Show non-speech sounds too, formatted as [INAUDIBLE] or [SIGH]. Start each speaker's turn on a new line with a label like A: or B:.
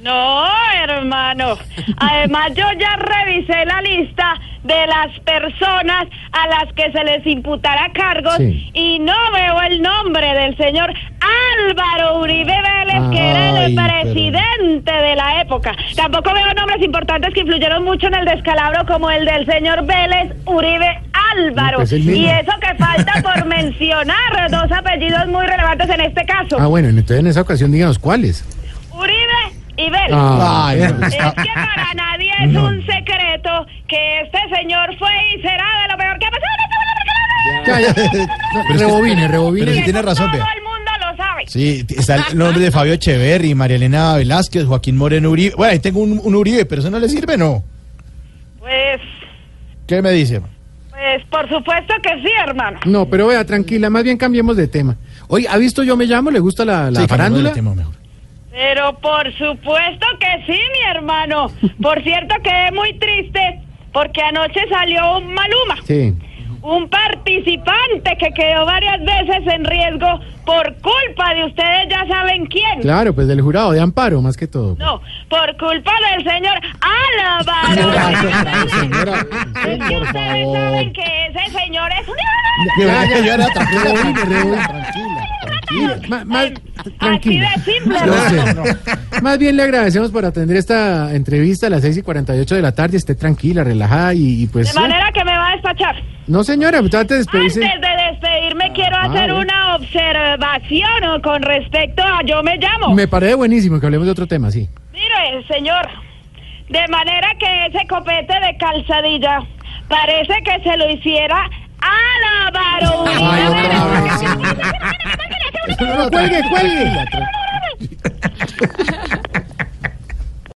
A: No, hermano. Además, yo ya revisé la lista de las personas a las que se les imputará cargos
B: Sí.
A: y no veo el nombre del señor Álvaro Uribe Vélez, que era
B: Ay,
A: el
B: pero-
A: presidente de la época. Tampoco veo nombres importantes que influyeron mucho en el descalabro, como el del señor Vélez Uribe Álvaro.
B: Pues el
A: y
B: mismo.
A: eso que falta
B: [LAUGHS]
A: por mencionar dos apellidos muy relevantes en este caso:
B: Ah, bueno, entonces en esa ocasión díganos cuáles.
A: Uribe y Vélez.
B: Ah,
C: Ay,
B: no.
A: Es que
C: [LAUGHS]
A: para nadie es un secreto que este señor fue y será de lo peor que ha pasado en este mundo,
B: Ya, ya. No, rebobine, rebobine.
C: pero es que tiene razón,
A: porque
C: vea.
A: Todo el mundo lo sabe.
C: Sí, t- está el nombre de Fabio Echeverri, María Elena Velázquez, Joaquín Moreno Uribe. Bueno, ahí tengo un, un Uribe, pero eso no le sirve, ¿no?
A: Pues,
C: ¿Qué me dice?
A: pues por supuesto que sí, hermano.
B: No, pero vea, tranquila, más bien cambiemos de tema. Oye, ¿ha visto Yo Me Llamo? ¿Le gusta la, la
C: Sí, cambiemos
B: farándula?
C: de tema mejor.
A: Pero por supuesto que sí, mi hermano. Por cierto, quedé muy triste porque anoche salió un Maluma.
B: Sí.
A: Un participante que quedó varias veces en riesgo por culpa de ustedes ya saben quién.
B: Claro, pues del jurado de amparo, más que todo.
A: No, por culpa del señor Álvaro.
B: señora,
A: Es que
B: por
A: ustedes
B: favor.
A: saben que ese señor es un...
B: Ya, ya,
C: Yo era tranquila,
B: rebobine,
C: tranquila,
B: rebobine.
C: tranquila,
B: Mira,
C: tranquila.
B: ma- más,
A: Así
B: tranquila.
A: de simple.
B: Yo
A: hermano.
B: sé. Más bien le agradecemos por atender esta entrevista a las 6 y 48 de la tarde. Esté tranquila, relajada y, y pues.
A: De
B: sí.
A: manera que me va a despachar.
B: No, señora, pues, antes de
A: Antes
B: despedirse.
A: de despedirme, quiero
B: Ah,
A: hacer
B: bueno.
A: una observación ¿no? con respecto a Yo Me Llamo.
B: Me parece buenísimo que hablemos de otro tema, sí.
A: Mire, señor, de manera que ese copete de calzadilla parece que se lo hiciera Álvaro.
B: Ay,
A: Uribe
B: otra
A: Vélez.
B: vez. No, no, cuelgue, cuelgue.